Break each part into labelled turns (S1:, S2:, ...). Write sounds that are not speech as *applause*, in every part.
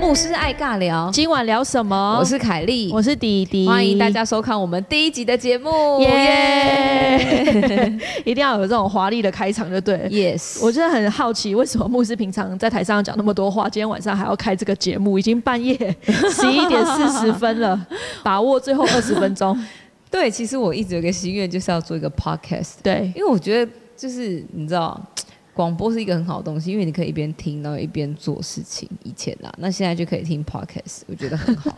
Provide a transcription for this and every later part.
S1: 牧师爱尬聊，
S2: 今晚聊什么？
S1: 我是凯莉，
S2: 我是迪迪，
S1: 欢迎大家 Oh, 收看我们第一集的节目， *laughs*
S2: 耶！ *laughs* 一定要有这种华丽的开场，就对了。
S1: Yes，
S2: 我真的很好奇，为什么牧师平常在台上讲那么多话，今天晚上还要开这个节目？已经半夜 *laughs* 十一点四十
S1: *laughs*
S2: 分了，把握最后二十分钟。
S1: 对，其实我一直有个心愿，就是要做一个 podcast，
S2: 对
S1: 因为我觉得就是你知道。广播是一个很好的东西，因为你可以一边听，然后一边做事情。以前啦，那现在就可以听 podcast，我觉得很
S2: *laughs*
S1: 好。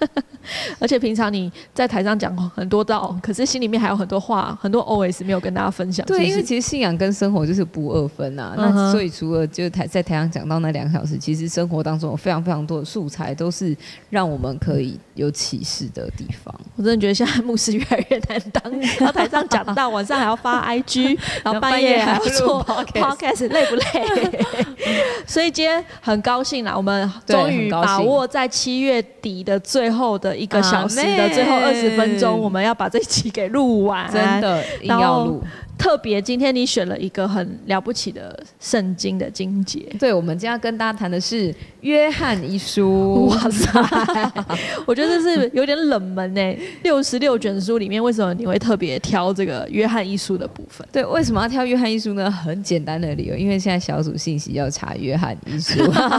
S2: 而且平常你在台上讲很多道，可是心里面还有很多话，很多 OS 没有跟大家分享。
S1: 对，
S2: 是
S1: 因
S2: 不
S1: 为
S2: 是
S1: 其实信仰跟生活就是不二分啊。
S2: 嗯哼
S1: 那所以除了就是台在台上讲到那两个小时，其实生活当中有非常非常多的素材，都是让我们可以有启示的地方。
S2: 我真的觉得现在牧师越来越难当，
S1: *laughs*
S2: 然后台上讲到晚上还要发 IG，然 *laughs* 后半夜还要做 *laughs* podcast，累不累？
S1: *laughs*
S2: 所以今天很高兴啦，我们
S1: 对
S2: 终于
S1: 很高兴
S2: 把握在七月底的最后的一个小时
S1: 阿
S2: 的
S1: 妹
S2: 最后二十分钟，我们要把这一期给录完。
S1: 真，的硬
S2: 啊然
S1: 要
S2: 后
S1: 录。
S2: 特别今天你选了一个很了不起的圣经的经节。
S1: 对，我们今天要跟大家谈的是《约翰一书》。
S2: 哇塞，我觉得这是有点冷门呢、
S1: *laughs*
S2: 六十六卷书里面，为什么你会特别挑这个约翰一书的部分？
S1: 对，为什么要挑《约翰一书》呢？很简单的理由，因为现在小组信息要查《约翰一
S2: *laughs*
S1: 书》。 *laughs*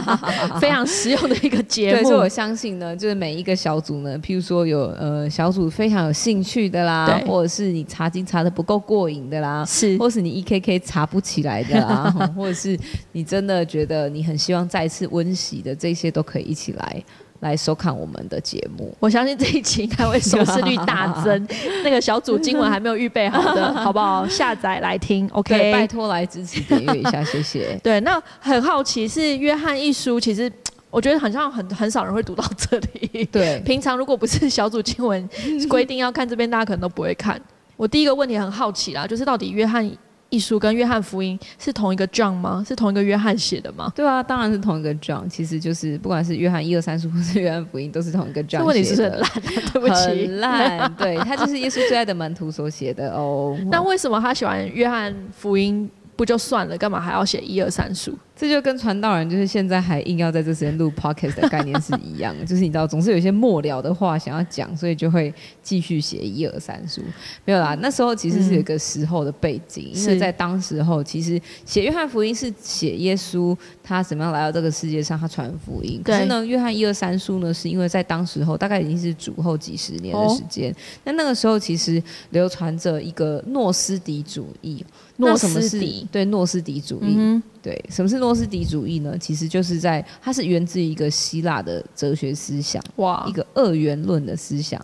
S2: 非常实用的一个节
S1: 啊对，所以
S2: 目
S1: 我。相信呢，就是每一个小组呢，譬如说有呃小组非常有兴趣的啦，
S2: 对嗯
S1: 或者是你查经查的不够过瘾的啦，
S2: 是
S1: 或是你 E K K 查不起来的
S2: *laughs*
S1: 啦，吼或者是你真的觉得你很希望再一次温习的，这些都可以一起来来收看我们的节目。
S2: 我相信这一期应该会收视率大
S1: *laughs*
S2: 增。那个小组经文还没有预备好的，好不好？下载
S1: *laughs*
S2: 来听
S1: 对，拜
S2: ，OK？
S1: 托来支持订阅一下，谢谢。
S2: 对，那很好奇是约翰一书，其实我觉得好像很很少人会读到这
S1: *laughs*
S2: 里。
S1: *laughs* 对，
S2: 平常如果不是小组
S1: *laughs*
S2: 经文规定要看这边，大家可能都不会看。我第一个问题很好奇啦，就是到底约翰一书跟约翰福音是同一个 John 吗？是同一个约翰写的吗？
S1: 对啊，当然是同一个 John，其实就是不管是约翰一二三书或是约翰福音，都是同一个 John
S2: 这问题是不
S1: 写
S2: 是
S1: 的
S2: 很烂、啊？ *laughs* 对
S1: *laughs* 很
S2: 不起，
S1: 烂，对他就是耶稣最爱的门徒所写的哦。
S2: 那为什么他喜欢约翰福音不就算了，干嘛还要写一二三书？
S1: 这就跟传道人就是现在还硬要在这时间录 podcast 的概念是一样的， *laughs* 就是你知道总是有一些末了的话想要讲，所以就会继续写一二三书。没有啦，那时候其实是有一个时候的背景，因为
S2: 嗯是
S1: 在当时候其实写约翰福音是写耶稣他怎么样来到这个世界上，他传福音。可
S2: 对
S1: 是呢，约翰一二三书呢，是因为在当时候大概已经是主后几十年的时间，
S2: 哦
S1: 那那个时候其实流传着一个诺斯底主义。那
S2: 诺
S1: 什么
S2: 斯
S1: 是
S2: 底，
S1: 对诺斯底主义，
S2: 嗯
S1: 对，什么是诺斯底主义呢？其实就是在它是源自于一个希腊的哲学思想，
S2: 哼，哇
S1: 一，个二元论的思想。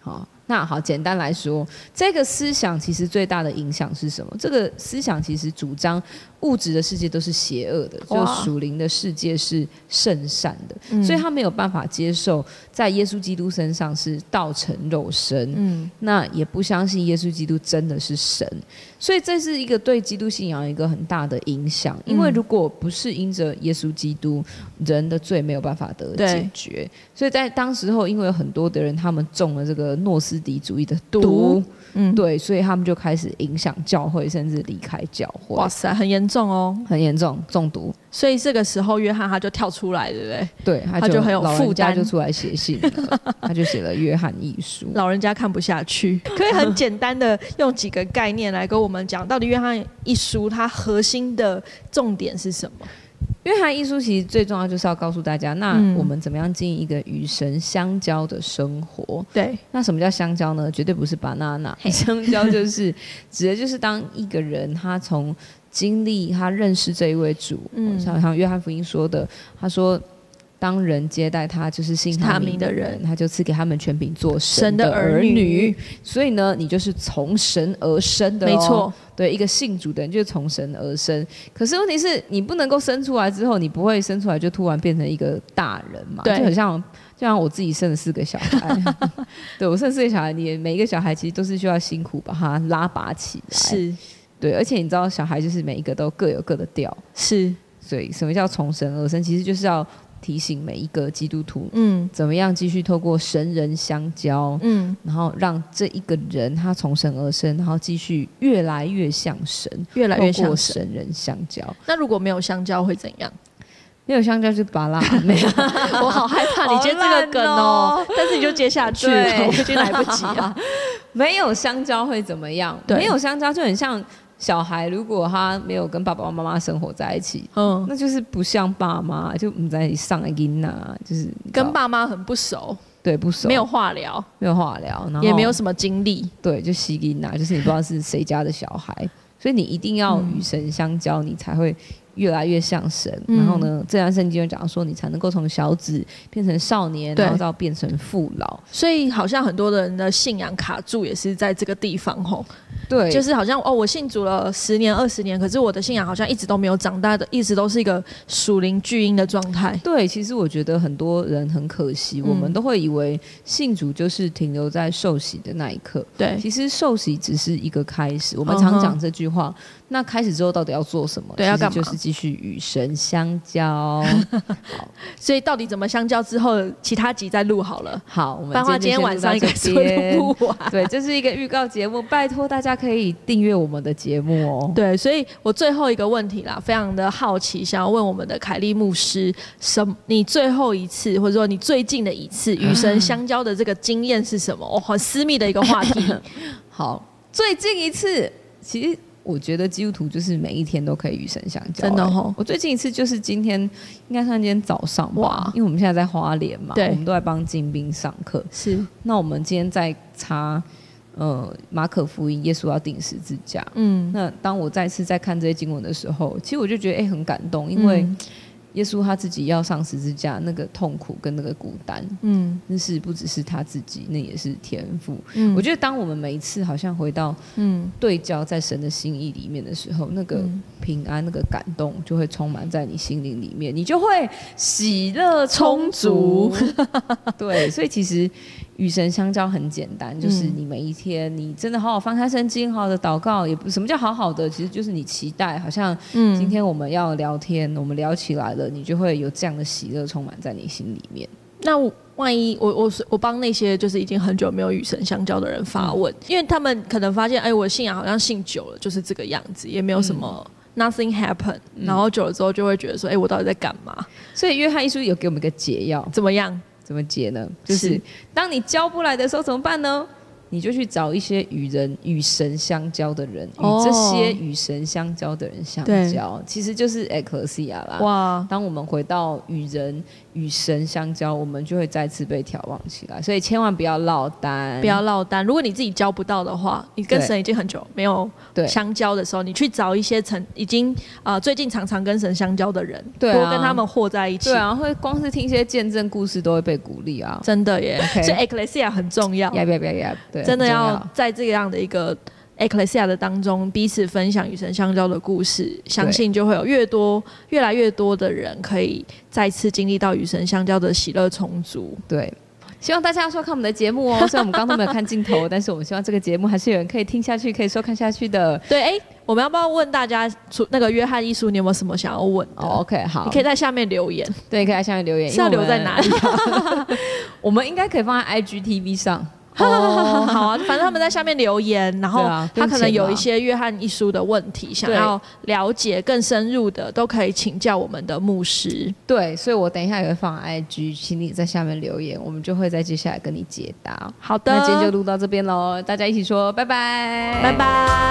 S1: 好，那好，简单来说，这个思想其实最大的影响是什么？这个思想其实主张物质的世界都是邪恶的，就
S2: 哇
S1: 属灵的世界是圣善的，
S2: 嗯
S1: 所以他没有办法接受在耶稣基督身上是道成肉身。
S2: 嗯，
S1: 那也不相信耶稣基督真的是神，所以这是一个对基督信仰一个很大的影响。因为
S2: 嗯
S1: 如果不是因着耶稣基督，人的罪没有办法得
S2: 对
S1: 解决。所以在当时候，因为有很多的人他们中了这个诺斯底主义的毒，
S2: 毒嗯，
S1: 对，所以他们就开始影响教会，甚至离开教会
S2: 哇，塞，很严重哦。
S1: 很严重中毒。
S2: 所以这个时候约翰他就跳出来，对不对？
S1: 对，他
S2: 他就很有
S1: 老人
S2: 负
S1: 家
S2: 担
S1: 就出来写信了， *laughs* 他就写了《约翰一书》。
S2: 老人家看不下去， *laughs* 可以很简单的用几个概念来跟我们讲，到底约翰一书它核心的重点是什么？
S1: 约翰一书其实最重要就是要告诉大家，那
S2: 嗯
S1: 我们怎么样经营一个与神相交的生活？
S2: 对，
S1: 那什么叫相交呢？绝对不是 banana，相交就是指的就是当一个人他从经历他认识这一位主，
S2: 嗯
S1: 像像约翰福音说的，他说。当人接待他，就是信
S2: 他
S1: 他
S2: 名
S1: 名
S2: 的
S1: 的
S2: 人
S1: 人，他就赐给他们权柄做
S2: 神的
S1: 的
S2: 儿
S1: 儿
S2: 女
S1: 所以呢，你就是从神而生的、哦
S2: 没错，，
S1: 对，一个信主的人就是从神而生。可是问题是你不能够生出来之后，你不会生出来就突然变成一个大人嘛？
S2: 对
S1: 就很像，就像我自己生了四个小
S2: *laughs*
S1: 孩，对我生了四个小孩，你每一个小孩其实都是需要辛苦把他拉拔起来。，
S2: 是
S1: 对，而且你知道，小孩就是每一个都各有各的调，
S2: 是，
S1: 所以什么叫从神而生？其实就是要提醒每一个基督徒。
S2: 嗯
S1: 怎么样继续透过神人相交，
S2: 嗯，
S1: 然后让这一个人他从神而生，然后继续越来越像神。
S2: 越来越
S1: 透过
S2: 像神。
S1: 神人相交。
S2: 那如果没有相交会怎样？
S1: 没有香蕉就是拔拉，没有。
S2: *laughs* 我好害怕你接这个梗
S1: 好
S2: 哦，但是你就接下去了，
S1: 对
S2: 我已经来不及了。
S1: *laughs* 没有香蕉会怎么样？
S2: 对
S1: 没有香蕉就很像小孩，如果他没有跟爸爸妈妈生活在一起，
S2: *laughs* *laughs* 嗯，
S1: 那就是不像爸妈，就唔在上个音呐，就是你知道
S2: 跟爸妈很不熟，
S1: 对不熟，
S2: 没有话聊，
S1: 没有话聊，然后
S2: 也没有什么经历。
S1: 对，就吸音呐，就是你不知道是谁家的小孩，所以你一定要与神相交，你才会。越来越像神，
S2: 嗯
S1: 然后呢？这段圣经就讲说，你才能够从小子变成少年，
S2: 对
S1: 然后到变成父老。
S2: 所以好像很多人的信仰卡住也是在这个地方吼，
S1: 对，
S2: 就是好像哦，我信主了十年二十年，可是我的信仰好像一直都没有长大的，一直都是一个属灵巨婴的状态。
S1: 对，其实我觉得很多人很可惜，我们
S2: 嗯
S1: 都会以为信主就是停留在受洗的那一刻，
S2: 对，
S1: 其实受洗只是一个开始。我们
S2: 嗯
S1: 常
S2: 哼
S1: 讲这句话，那开始之后到底要做什么？
S2: 对
S1: 其
S2: 要
S1: 实
S2: 干嘛
S1: 就是继续与神相
S2: *laughs*
S1: 交。
S2: 所以到底怎么相交之后，其他集再录好了。
S1: 好，我们
S2: 漫画
S1: 天
S2: 今天
S1: 就
S2: 晚
S1: 录
S2: 上
S1: 到
S2: 应该
S1: 这
S2: 是会
S1: 边
S2: 录不完。
S1: 对，这是一个预告节目，拜托大家可以订阅我们的节目哦。
S2: *laughs* 对，所以我最后一个问题啦，非常的好奇，想要问我们的凯利牧师，什么你最后一次或者说你最近的一次与神相交的这个经验是什么？哦，很私密的一个话题。
S1: *laughs* 好，最近一次，其实我觉得基督徒就是每一天都可以与神相交、
S2: 真的
S1: 欸
S2: 哦
S1: 我最近一次就是今天，应该算今天早上哇
S2: 哇，
S1: 因为我们现在在花莲嘛，
S2: 对
S1: 我们都在帮精兵上课。
S2: 是，
S1: 那我们今天在查呃马可福音，耶稣要钉十字架。
S2: 嗯，
S1: 那当我再次在看这些经文的时候，其实我就觉得哎、欸很感动，因为
S2: 嗯
S1: 耶稣他自己要上十字架，那个痛苦跟那个孤单，
S2: 嗯
S1: 那是不只是他自己，那也是天赋。
S2: 嗯
S1: 我觉得当我们每一次好像回到
S2: 嗯
S1: 对焦在神的心意里面的时候，那个
S2: 嗯
S1: 平安、那个感动就会充满在你心灵里面，你就会喜乐充足。 *laughs* 对，所以其实与神相交很简单，就是
S2: 嗯
S1: 你每一天，你真的好好翻开圣经，好好的祷告，也不什么叫好好的，其实就是你期待，好像
S2: 嗯
S1: 今天我们要聊天，我们聊起来了，你就会有这样的喜乐充满在你心里面。
S2: 那我万一我我我帮那些就是已经很久没有与神相交的人发
S1: 嗯
S2: 问，因为他们可能发现，哎，我信仰好像信久了就是这个样子，也没有
S1: 嗯
S2: 什么、nothing happen，、然后久了之后就会觉得说，哎，我到底在干嘛？
S1: 所以约翰一书有给我们一个解药，
S2: 怎么样？
S1: 怎么解呢？就是
S2: 是
S1: 当你交不来的时候怎么办呢？你就去找一些与人与神相交的人，与
S2: 哦
S1: 这些与神相交的人相交，其实就是 e c c l e s i a 啦。
S2: 哇，
S1: 当我们回到与人与神相交，我们就会再次被眺望起来，所以千万不要落单，
S2: 不要落单。如果你自己交不到的话，你跟
S1: 对
S2: 神已经很久没有
S1: 对
S2: 相交的时候，你去找一些曾已经呃最近常常跟神相交的人，
S1: 对啊
S2: 多跟他们和在一起。
S1: 对啊，会光是听一些见证故事都会被鼓励啊，
S2: 真的耶
S1: OK
S2: 所以 ecclesia 很重要。
S1: 呀呀呀呀，对，
S2: 真的
S1: 很重
S2: 要在这样的一个 ecclesia 的当中，彼此分享与神相交的故事，相信就会有越多、越来越多的人可以再次经历到与神相交的喜乐充足。
S1: 对。希望大家要收看我们的节目哦，虽然我们刚刚都没有看镜
S2: *laughs*
S1: 头，但是我们希望这个节目还是有人可以听下去，可以收看下去的。
S2: 对，哎、我们要不要问大家，除那个约翰一书，你有没有什么想要问的？
S1: 哦、o k 好，
S2: 啊你可以在下面留言，
S1: 对，你可以在下面留言，
S2: 是要
S1: 因为我们
S2: 留在哪？里、啊？
S1: 我们应该可以放在 IGTV 上，
S2: 哦， *laughs* 好啊，反正他们在下面留言，然后
S1: 对啊
S2: 他可能有
S1: 跟钱嘛
S2: 一些约翰一书的问题，想
S1: 对
S2: 要了解更深入的，都可以请教我们的牧师。
S1: 对，所以我等一下也会放 IG，请你在下面留言，我们就会在接下来跟你解答。
S2: 好的，
S1: 那今天就录到这边喽，大家一起说拜拜，
S2: 拜。拜。